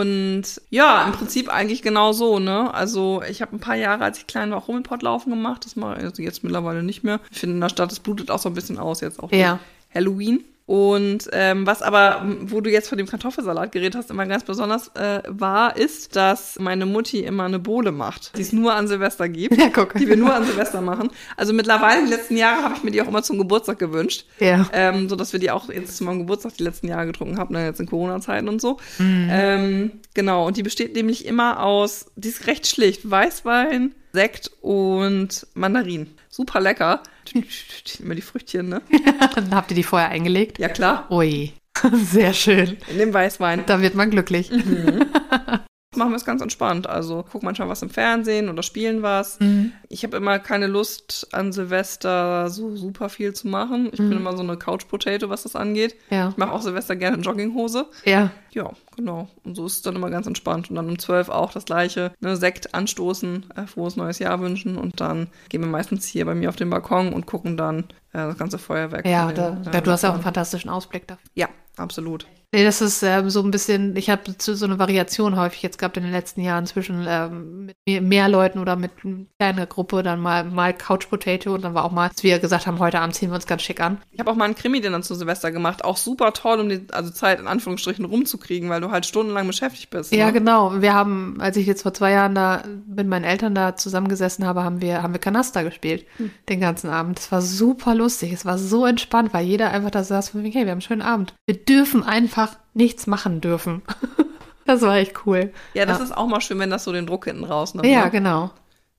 [SPEAKER 2] Und ja, im Prinzip eigentlich genau so, ne? Also ich habe ein paar Jahre, als ich klein war, auch Rummelpottlaufen gemacht. Das mache ich jetzt- jetzt mittlerweile nicht mehr. Ich finde in der Stadt, es blutet auch so ein bisschen aus jetzt auch. durch
[SPEAKER 1] Ja.
[SPEAKER 2] Halloween. Und ähm, was aber, m, wo du jetzt von dem Kartoffelsalat geredet hast, immer ganz besonders äh, war, ist, dass meine Mutti immer eine Bohle macht, die es nur an Silvester gibt.
[SPEAKER 1] Ja, guck.
[SPEAKER 2] Die wir nur an Silvester machen. Also mittlerweile, die letzten Jahre, habe ich mir die auch immer zum Geburtstag gewünscht.
[SPEAKER 1] Ja.
[SPEAKER 2] Ähm, so dass wir die auch jetzt zu meinem Geburtstag die letzten Jahre getrunken haben, ne, jetzt in Corona-Zeiten und so. Ähm, genau, und die besteht nämlich immer aus, die ist recht schlicht, Weißwein, Sekt und Mandarinen. Super lecker. Immer die Früchtchen, ne?
[SPEAKER 1] Dann habt ihr die vorher eingelegt?
[SPEAKER 2] Ja, klar.
[SPEAKER 1] Ui, sehr schön.
[SPEAKER 2] In dem Weißwein.
[SPEAKER 1] Da wird man glücklich.
[SPEAKER 2] Machen wir es ganz entspannt. Also guck manchmal was im Fernsehen oder spielen was.
[SPEAKER 1] Mhm.
[SPEAKER 2] Ich habe immer keine Lust, an Silvester so super viel zu machen. Ich
[SPEAKER 1] Mhm.
[SPEAKER 2] bin immer so eine Couch-Potato, was das angeht.
[SPEAKER 1] Ja.
[SPEAKER 2] Ich mache auch Silvester gerne in Jogginghose.
[SPEAKER 1] Ja.
[SPEAKER 2] Ja, genau. Und so ist es dann immer ganz entspannt. Und dann um 12 auch das gleiche. Ne, Sekt anstoßen, äh, frohes neues Jahr wünschen. Und dann gehen wir meistens hier bei mir auf den Balkon und gucken dann äh, das ganze Feuerwerk.
[SPEAKER 1] Ja,
[SPEAKER 2] von
[SPEAKER 1] da,
[SPEAKER 2] den,
[SPEAKER 1] da,
[SPEAKER 2] äh,
[SPEAKER 1] du hast ja auch einen fantastischen Ausblick dafür.
[SPEAKER 2] Ja, absolut.
[SPEAKER 1] Nee, das ist ähm, so ein bisschen, ich habe so so eine Variation häufig jetzt gehabt in den letzten Jahren zwischen ähm, mit mehr- mehr Leuten oder mit einer kleinen Gruppe, dann mal, mal Couch Potato und dann war auch mal, dass wir gesagt haben, heute Abend ziehen wir uns ganz schick an.
[SPEAKER 2] Ich habe auch mal einen Krimi-Dinner zu Silvester gemacht. Auch super toll, um die also Zeit in Anführungsstrichen rumzukriegen, weil du halt stundenlang beschäftigt bist.
[SPEAKER 1] Ja,
[SPEAKER 2] ne?
[SPEAKER 1] genau. Wir haben, als ich jetzt vor zwei Jahren da mit meinen Eltern da zusammengesessen habe, haben wir, haben wir Kanasta gespielt den ganzen Abend. Es war super lustig. Es war so entspannt, weil jeder einfach da saß und hey, wir haben einen schönen Abend. Wir dürfen einfach nichts machen dürfen. das war echt cool.
[SPEAKER 2] Ja, das ist auch mal schön, wenn das so den Druck hinten rausnimmt.
[SPEAKER 1] Ja,
[SPEAKER 2] ne?
[SPEAKER 1] genau.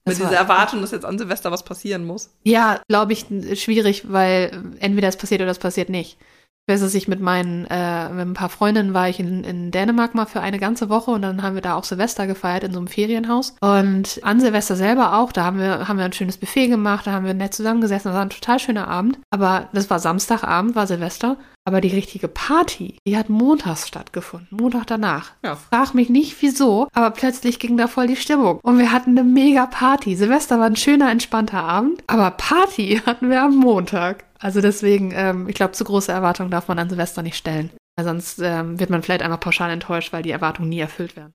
[SPEAKER 2] Mit
[SPEAKER 1] Das war-
[SPEAKER 2] dieser Erwartung, dass jetzt an Silvester was passieren muss.
[SPEAKER 1] Ja, glaube ich, n- schwierig, weil äh, entweder es passiert oder es passiert nicht. Versus ich mit meinen, äh, mit ein paar Freundinnen war ich in, in Dänemark mal für eine ganze Woche und dann haben wir da auch Silvester gefeiert in so einem Ferienhaus. Und an Silvester selber auch, da haben wir, haben wir ein schönes Buffet gemacht, da haben wir nett zusammengesessen, das war ein total schöner Abend. Aber das war Samstagabend, war Silvester. Aber die richtige Party, die hat montags stattgefunden, Montag danach.
[SPEAKER 2] Ja.
[SPEAKER 1] Frag mich nicht wieso, aber plötzlich ging da voll die Stimmung. Und wir hatten eine mega Party. Silvester war ein schöner, entspannter Abend, aber Party hatten wir am Montag. Also deswegen, ähm, ich glaube, zu große Erwartungen darf man an Silvester nicht stellen. Weil sonst ähm, wird man vielleicht einmal pauschal enttäuscht, weil die Erwartungen nie erfüllt werden.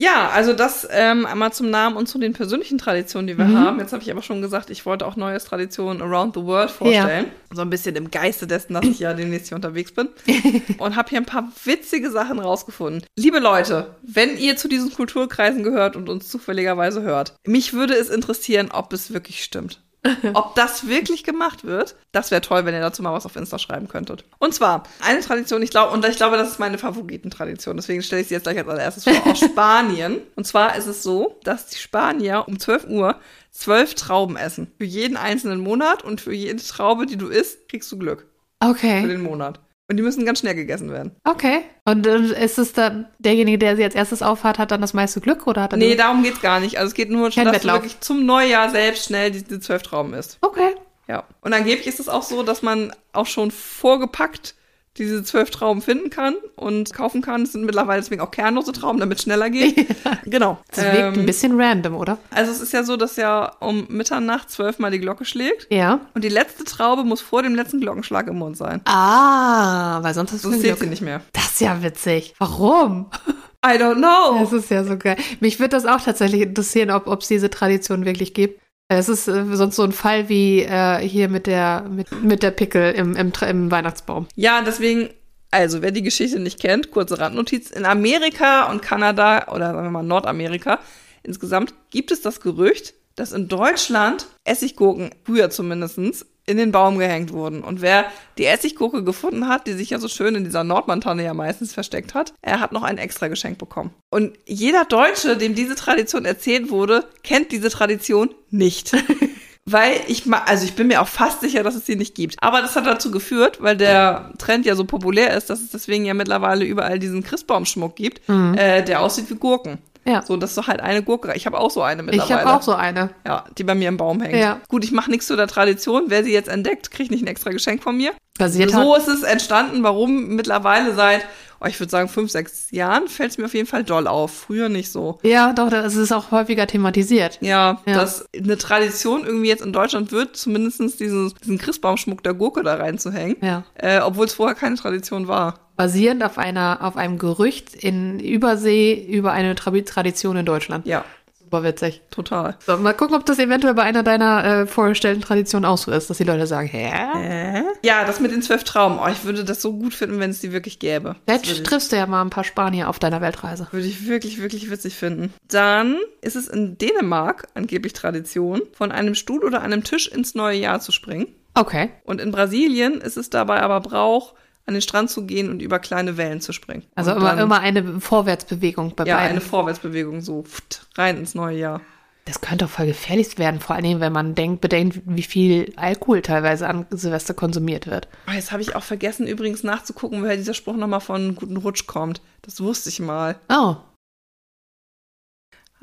[SPEAKER 2] Ja, also das ähm, einmal zum Namen und zu den persönlichen Traditionen, die wir
[SPEAKER 1] Mhm.
[SPEAKER 2] haben. Jetzt habe ich aber schon gesagt, ich wollte auch neues Traditionen around the world vorstellen. So ein bisschen im Geiste dessen, dass ich ja demnächst hier unterwegs bin. und habe hier ein paar witzige Sachen rausgefunden. Liebe Leute, wenn ihr zu diesen Kulturkreisen gehört und uns zufälligerweise hört, mich würde es interessieren, ob es wirklich stimmt. Ob das wirklich gemacht wird, das wäre toll, wenn ihr dazu mal was auf Insta schreiben könntet. Und zwar eine Tradition, ich glaube, und ich glaube, das ist meine Favoritentradition, deswegen stelle ich sie jetzt gleich als allererstes vor, aus Spanien. Und zwar ist es so, dass die Spanier um 12 Uhr zwölf Trauben essen. Für jeden einzelnen Monat und für jede Traube, die du isst, kriegst du Glück für
[SPEAKER 1] Okay,
[SPEAKER 2] den Monat. Und die müssen ganz schnell gegessen werden.
[SPEAKER 1] okay. Und äh, ist es dann derjenige, der sie als erstes aufhat, hat dann das meiste Glück oder hat er
[SPEAKER 2] Nee,
[SPEAKER 1] nur-
[SPEAKER 2] darum geht's gar nicht. Also es geht nur,
[SPEAKER 1] Kein
[SPEAKER 2] dass
[SPEAKER 1] Wettlauf.
[SPEAKER 2] du wirklich zum Neujahr selbst schnell diese zwölf Trauben isst.
[SPEAKER 1] Okay.
[SPEAKER 2] Ja. Und angeblich ist es auch so, dass man auch schon vorgepackt diese zwölf Trauben finden kann und kaufen kann. Es sind mittlerweile deswegen auch kernlose Trauben, damit es schneller geht. genau.
[SPEAKER 1] Das wirkt ein
[SPEAKER 2] Ähm,
[SPEAKER 1] bisschen random, oder?
[SPEAKER 2] also es ist ja so, dass ja um Mitternacht zwölfmal die Glocke schlägt.
[SPEAKER 1] Ja.
[SPEAKER 2] Und die letzte Traube muss vor dem letzten Glockenschlag im Mund sein.
[SPEAKER 1] Ah, weil sonst ist es
[SPEAKER 2] Sonst zählt sie
[SPEAKER 1] Glück.
[SPEAKER 2] nicht mehr.
[SPEAKER 1] Das ist ja witzig. Warum?
[SPEAKER 2] I don't know.
[SPEAKER 1] Das ist ja so geil. Mich würde das auch tatsächlich interessieren, ob ob es diese Tradition wirklich gibt. Es ist äh, sonst so ein Fall wie äh, hier mit der, mit, mit der Pickel im, im, Tra- im Weihnachtsbaum.
[SPEAKER 2] Ja, deswegen, also wer die Geschichte nicht kennt, kurze Randnotiz, in Amerika und Kanada oder sagen wir mal Nordamerika insgesamt gibt es das Gerücht, dass in Deutschland Essiggurken früher zumindestens in den Baum gehängt wurden. Und wer die Essiggurke gefunden hat, die sich ja so schön in dieser Nordmantanne ja meistens versteckt hat, er hat noch ein extra Geschenk bekommen. Und jeder Deutsche, dem diese Tradition erzählt wurde, kennt diese Tradition nicht. Weil ich ma also ich bin mir auch fast sicher, dass es sie nicht gibt. Aber das hat dazu geführt, weil der Trend ja so populär ist, dass es deswegen ja mittlerweile überall diesen Christbaumschmuck gibt, äh, der aussieht wie Gurken.
[SPEAKER 1] Mhm. Ja.
[SPEAKER 2] So, das ist doch halt eine Gurke. Ich habe auch so eine
[SPEAKER 1] ich
[SPEAKER 2] mittlerweile.
[SPEAKER 1] habe auch so eine.
[SPEAKER 2] Ja, die bei mir im Baum hängt.
[SPEAKER 1] Ja.
[SPEAKER 2] Gut, ich mache nichts zu der Tradition. Wer sie jetzt entdeckt, kriegt nicht ein extra Geschenk von mir.
[SPEAKER 1] Basiert
[SPEAKER 2] So ist es entstanden, warum mittlerweile seit, oh, ich würde sagen, fünf, sechs Jahren fällt es mir auf jeden Fall doll auf. Früher nicht so.
[SPEAKER 1] Ja, doch, das ist auch häufiger thematisiert.
[SPEAKER 2] Ja,
[SPEAKER 1] Ja.
[SPEAKER 2] dass eine Tradition irgendwie jetzt in Deutschland wird, zumindestens diesen, diesen Christbaumschmuck der Gurke da reinzuhängen,
[SPEAKER 1] Ja.
[SPEAKER 2] äh, obwohl es vorher keine Tradition war.
[SPEAKER 1] Basierend auf einer, auf einem Gerücht in Übersee über eine Tra Tradition in Deutschland.
[SPEAKER 2] Ja,
[SPEAKER 1] Super witzig.
[SPEAKER 2] total.
[SPEAKER 1] So, mal gucken, ob das eventuell bei einer deiner äh, vorgestellten Traditionen auch so ist, dass die Leute sagen, hä?
[SPEAKER 2] Äh? Ja, das mit den zwölf Trauben. Oh, ich würde das so gut finden, wenn es die wirklich gäbe. Das würde
[SPEAKER 1] Vielleicht
[SPEAKER 2] ich-
[SPEAKER 1] triffst du ja mal ein paar Spanier auf deiner Weltreise.
[SPEAKER 2] Würde ich wirklich, wirklich witzig finden. Dann ist es in Dänemark angeblich Tradition, von einem Stuhl oder einem Tisch ins neue Jahr zu springen.
[SPEAKER 1] Okay.
[SPEAKER 2] Und in Brasilien ist es dabei aber Brauch, an den Strand zu gehen und über kleine Wellen zu springen.
[SPEAKER 1] Also
[SPEAKER 2] und
[SPEAKER 1] immer,
[SPEAKER 2] dann-
[SPEAKER 1] immer eine Vorwärtsbewegung bei
[SPEAKER 2] Ja,
[SPEAKER 1] beiden.
[SPEAKER 2] eine Vorwärtsbewegung so pft, rein ins neue Jahr.
[SPEAKER 1] das könnte auch voll gefährlich werden, vor allem wenn man denkt, bedenkt, wie viel Alkohol teilweise an Silvester konsumiert wird.
[SPEAKER 2] Oh, jetzt habe ich auch vergessen, übrigens nachzugucken, woher dieser Spruch nochmal von Guten Rutsch kommt. Das wusste ich mal.
[SPEAKER 1] Oh,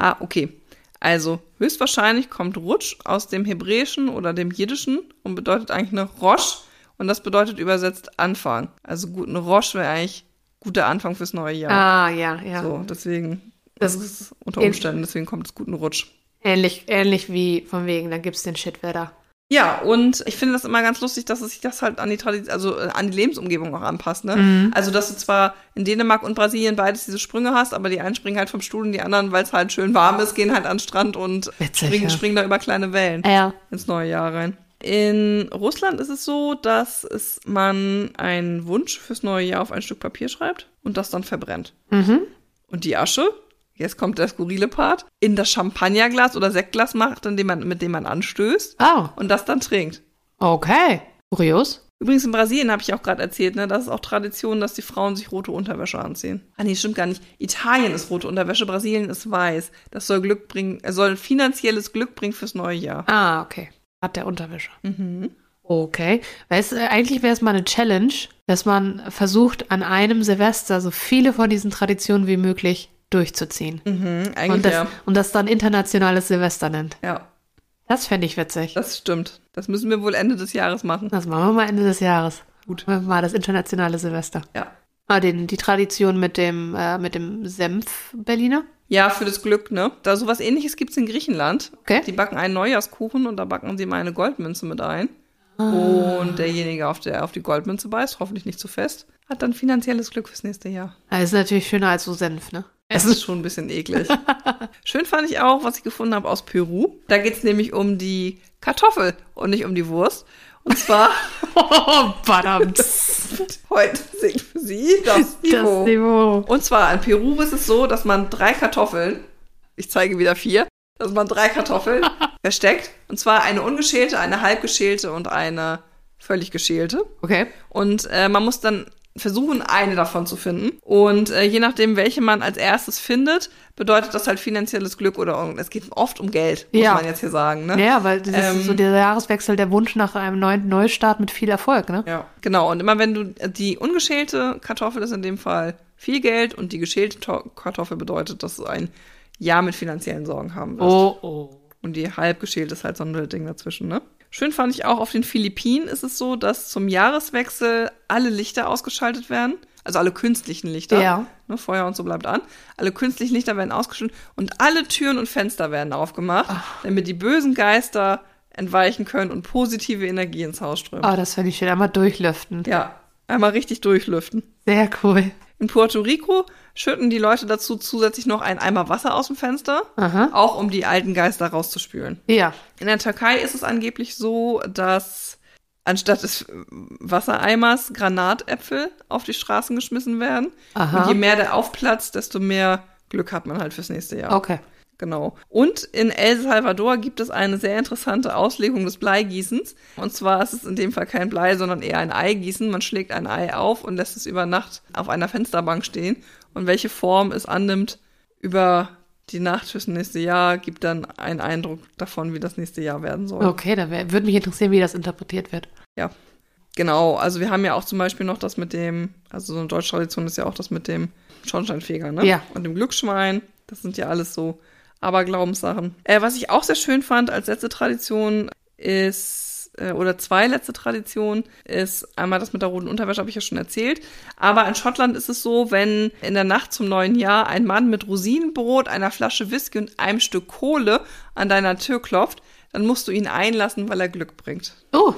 [SPEAKER 2] Ah, okay. Also, höchstwahrscheinlich kommt Rutsch aus dem Hebräischen oder dem Jiddischen und bedeutet eigentlich eine Rosch. Und das bedeutet übersetzt Anfang. Also, guten Rosch wäre eigentlich guter Anfang fürs neue Jahr.
[SPEAKER 1] ah ja, ja.
[SPEAKER 2] So, deswegen,
[SPEAKER 1] Das
[SPEAKER 2] das ist unter
[SPEAKER 1] ist-
[SPEAKER 2] Umständen, deswegen kommt es guten Rutsch.
[SPEAKER 1] Ähnlich, ähnlich wie von wegen, dann gibt's den Shitwetter.
[SPEAKER 2] Ja, und ich finde das immer ganz lustig, dass es sich das halt an die Tradition, also äh, an die Lebensumgebung auch anpasst, ne?
[SPEAKER 1] Mhm.
[SPEAKER 2] Also, dass du zwar in Dänemark und Brasilien beides diese Sprünge hast, aber die einen springen halt vom Stuhl und die anderen, weil es halt schön warm ist, gehen halt an den Strand und
[SPEAKER 1] Witzig,
[SPEAKER 2] springen,
[SPEAKER 1] ja.
[SPEAKER 2] springen da über kleine Wellen
[SPEAKER 1] Ja.
[SPEAKER 2] ins neue Jahr rein. In Russland ist es so, dass es man einen Wunsch fürs neue Jahr auf ein Stück Papier schreibt und das dann verbrennt.
[SPEAKER 1] Mhm.
[SPEAKER 2] Und die Asche, jetzt kommt der skurrile Part, in das Champagnerglas oder Sektglas macht, indem man, mit dem man anstößt
[SPEAKER 1] Oh,
[SPEAKER 2] und das dann trinkt.
[SPEAKER 1] okay. Kurios.
[SPEAKER 2] Übrigens in Brasilien habe ich auch gerade erzählt, ne, das ist auch Tradition, dass die Frauen sich rote Unterwäsche anziehen. Ah nee, stimmt gar nicht. Italien ist rote Unterwäsche, Brasilien ist weiß. Das soll Glück bringen, äh, soll finanzielles Glück bringen fürs neue Jahr.
[SPEAKER 1] Ah, okay. Hat der Unterwäsche.
[SPEAKER 2] Mhm.
[SPEAKER 1] Okay. Weißt, du, eigentlich wäre es mal eine Challenge, dass man versucht, an einem Silvester so viele von diesen Traditionen wie möglich durchzuziehen.
[SPEAKER 2] Mhm, eigentlich
[SPEAKER 1] Und das,
[SPEAKER 2] ja.
[SPEAKER 1] und das dann internationales Silvester nennt.
[SPEAKER 2] Ja,
[SPEAKER 1] Das fände ich witzig.
[SPEAKER 2] das stimmt. Das müssen wir wohl Ende des Jahres machen.
[SPEAKER 1] Das machen wir mal Ende des Jahres.
[SPEAKER 2] Gut.
[SPEAKER 1] Machen wir Mal das internationale Silvester.
[SPEAKER 2] Ja.
[SPEAKER 1] Ah, den, die Tradition mit dem, äh, mit dem Senf-Berliner.
[SPEAKER 2] Ja, für das Glück, ne? Da sowas ähnliches gibt's in Griechenland.
[SPEAKER 1] Okay.
[SPEAKER 2] Die backen einen Neujahrskuchen und da backen sie mal eine Goldmünze mit ein. Ah. Und derjenige, auf der auf die Goldmünze beißt, hoffentlich nicht zu fest, hat dann finanzielles Glück fürs nächste Jahr.
[SPEAKER 1] Das ist natürlich schöner als so Senf, ne?
[SPEAKER 2] Es ist schon ein bisschen eklig. Schön fand ich auch, was ich gefunden habe aus Peru. Da geht's nämlich um die Kartoffel und nicht um die Wurst. Und zwar
[SPEAKER 1] Oh, verdammt.
[SPEAKER 2] heute singt für Sie das
[SPEAKER 1] Das
[SPEAKER 2] Niveau.
[SPEAKER 1] Niveau.
[SPEAKER 2] Und zwar in Peru ist es so, dass man drei Kartoffeln, ich zeige wieder vier, dass man drei Kartoffeln versteckt. Und zwar eine ungeschälte, eine halbgeschälte und eine völlig geschälte.
[SPEAKER 1] Okay.
[SPEAKER 2] Und äh, man muss dann versuchen, eine davon zu finden. Und äh, je nachdem, welche man als erstes findet, bedeutet das halt finanzielles Glück oder irgend- es geht oft um Geld, muss
[SPEAKER 1] Ja.
[SPEAKER 2] man jetzt hier sagen. Ne?
[SPEAKER 1] Ja, weil das
[SPEAKER 2] Ähm.
[SPEAKER 1] ist so der Jahreswechsel, der Wunsch nach einem neuen Neustart mit viel Erfolg, ne?
[SPEAKER 2] Ja, genau. Und immer wenn du die ungeschälte Kartoffel ist in dem Fall viel Geld und die geschälte To- Kartoffel bedeutet, dass du ein Jahr mit finanziellen Sorgen haben wirst.
[SPEAKER 1] Oh, oh.
[SPEAKER 2] Und die halb geschälte ist halt so ein Mittelding dazwischen, ne? Schön fand ich auch, auf den Philippinen ist es so, dass zum Jahreswechsel alle Lichter ausgeschaltet werden. Also alle künstlichen Lichter.
[SPEAKER 1] Ja.
[SPEAKER 2] Ne, Feuer und so bleibt an. Alle künstlichen Lichter werden ausgeschaltet und alle Türen und Fenster werden aufgemacht, damit die bösen Geister entweichen können und positive Energie ins Haus strömen.
[SPEAKER 1] Oh, das fände ich schön. Einmal durchlüften.
[SPEAKER 2] Ja, einmal richtig durchlüften.
[SPEAKER 1] Sehr cool.
[SPEAKER 2] In Puerto Rico schütten die Leute dazu zusätzlich noch einen Eimer Wasser aus dem Fenster,
[SPEAKER 1] Aha.
[SPEAKER 2] auch um die alten Geister rauszuspülen.
[SPEAKER 1] Ja.
[SPEAKER 2] In der Türkei ist es angeblich so, dass anstatt des äh, Wassereimers Granatäpfel auf die Straßen geschmissen werden.
[SPEAKER 1] Aha.
[SPEAKER 2] Und je mehr der aufplatzt, desto mehr Glück hat man halt fürs nächste Jahr.
[SPEAKER 1] Okay.
[SPEAKER 2] Genau. Und in El Salvador gibt es eine sehr interessante Auslegung des Bleigießens. Und zwar ist es in dem Fall kein Blei, sondern eher ein Eigießen. Man schlägt ein Ei auf und lässt es über Nacht auf einer Fensterbank stehen. Und welche Form es annimmt über die Nacht fürs nächste Jahr, gibt dann einen Eindruck davon, wie das nächste Jahr werden soll.
[SPEAKER 1] Okay, dann wär, würde mich interessieren, wie das interpretiert wird.
[SPEAKER 2] Ja. Genau, also wir haben ja auch zum Beispiel noch das mit dem, also so eine deutsche Tradition ist ja auch das mit dem Schornsteinfeger, ne?
[SPEAKER 1] Ja.
[SPEAKER 2] Und dem Glücksschwein. Das sind ja alles so Aberglaubenssachen. Äh, was ich auch sehr schön fand als letzte Tradition ist, äh, oder zwei letzte Traditionen, ist einmal das mit der roten Unterwäsche, habe ich ja schon erzählt. Aber in Schottland ist es so, wenn in der Nacht zum neuen Jahr ein Mann mit Rosinenbrot, einer Flasche Whisky und einem Stück Kohle an deiner Tür klopft, dann musst du ihn einlassen, weil er Glück bringt.
[SPEAKER 1] Oh.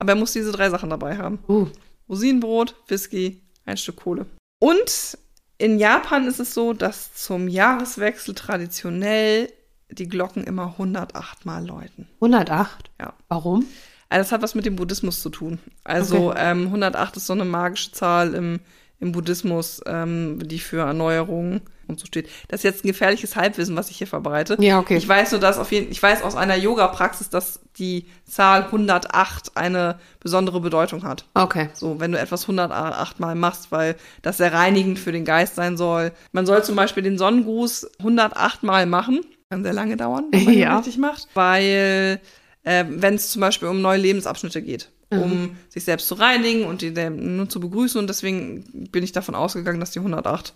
[SPEAKER 2] Aber er muss diese drei Sachen dabei haben.
[SPEAKER 1] Uh.
[SPEAKER 2] Rosinenbrot, Whisky, ein Stück Kohle. Und in Japan ist es so, dass zum Jahreswechsel traditionell die Glocken immer 108 Mal läuten.
[SPEAKER 1] 108.
[SPEAKER 2] Ja.
[SPEAKER 1] Warum?
[SPEAKER 2] Also das hat was mit dem Buddhismus zu tun. Also ähm, 108 ist so eine magische Zahl im, im Buddhismus, ähm, die für Erneuerung und so steht. Das ist jetzt ein gefährliches Halbwissen, was ich hier verbreite.
[SPEAKER 1] Ja, okay.
[SPEAKER 2] Ich weiß nur, dass auf jeden, ich weiß aus einer Yoga-Praxis, dass die Zahl 108 eine besondere Bedeutung hat.
[SPEAKER 1] Okay.
[SPEAKER 2] So, wenn du etwas 108 Mal machst, weil das sehr reinigend für den Geist sein soll. Man soll zum Beispiel den Sonnengruß 108 Mal machen. Kann sehr lange dauern, wenn man
[SPEAKER 1] Ja.
[SPEAKER 2] ihn richtig macht. Weil, äh, wenn es zum Beispiel um neue Lebensabschnitte geht, um sich selbst zu reinigen und die der- nur zu begrüßen. Und deswegen bin ich davon ausgegangen, dass die 108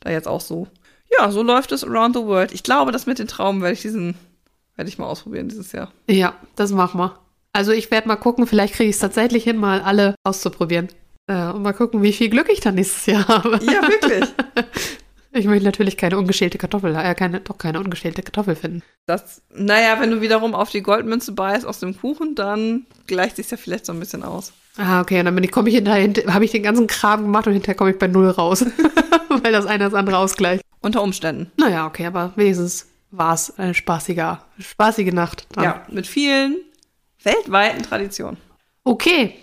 [SPEAKER 2] da jetzt auch so. Ja, so läuft es around the world. Ich glaube, das mit den Trauben werde ich diesen, werde ich mal ausprobieren dieses Jahr.
[SPEAKER 1] Ja, das machen wir. Also ich werde mal gucken, vielleicht kriege ich es tatsächlich hin, mal alle auszuprobieren. Äh, und mal gucken, wie viel Glück ich dann nächstes Jahr habe.
[SPEAKER 2] Ja, wirklich.
[SPEAKER 1] Ich möchte natürlich keine ungeschälte Kartoffel, äh, keine, doch keine ungeschälte Kartoffel finden.
[SPEAKER 2] Das, naja, wenn du wiederum auf die Goldmünze beißt aus dem Kuchen, dann gleicht sich's ja vielleicht so ein bisschen aus.
[SPEAKER 1] Ah, okay, und dann bin ich, komme ich hinterher, hinter, habe ich den ganzen Kram gemacht und hinterher komme ich bei Null raus. Weil das eine das andere ausgleicht.
[SPEAKER 2] Unter Umständen.
[SPEAKER 1] Naja, okay, aber wenigstens war es eine spaßiger, spaßige Nacht. dann.
[SPEAKER 2] Ja. Mit vielen weltweiten Traditionen.
[SPEAKER 1] Okay,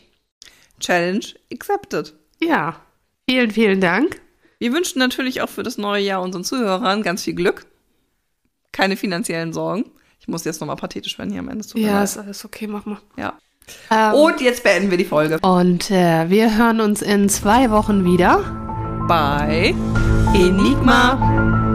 [SPEAKER 2] Challenge accepted.
[SPEAKER 1] ja. Vielen, vielen Dank.
[SPEAKER 2] Wir wünschen natürlich auch für das neue Jahr unseren Zuhörern ganz viel Glück. Keine finanziellen Sorgen. Ich muss jetzt nochmal pathetisch werden hier am Ende. es tut mir
[SPEAKER 1] Ja,
[SPEAKER 2] leid.
[SPEAKER 1] ist alles okay, mach mal.
[SPEAKER 2] ja.
[SPEAKER 1] Ähm,
[SPEAKER 2] Und jetzt beenden wir die Folge.
[SPEAKER 1] Und äh, wir hören uns in zwei Wochen wieder.
[SPEAKER 2] Bei Enigma.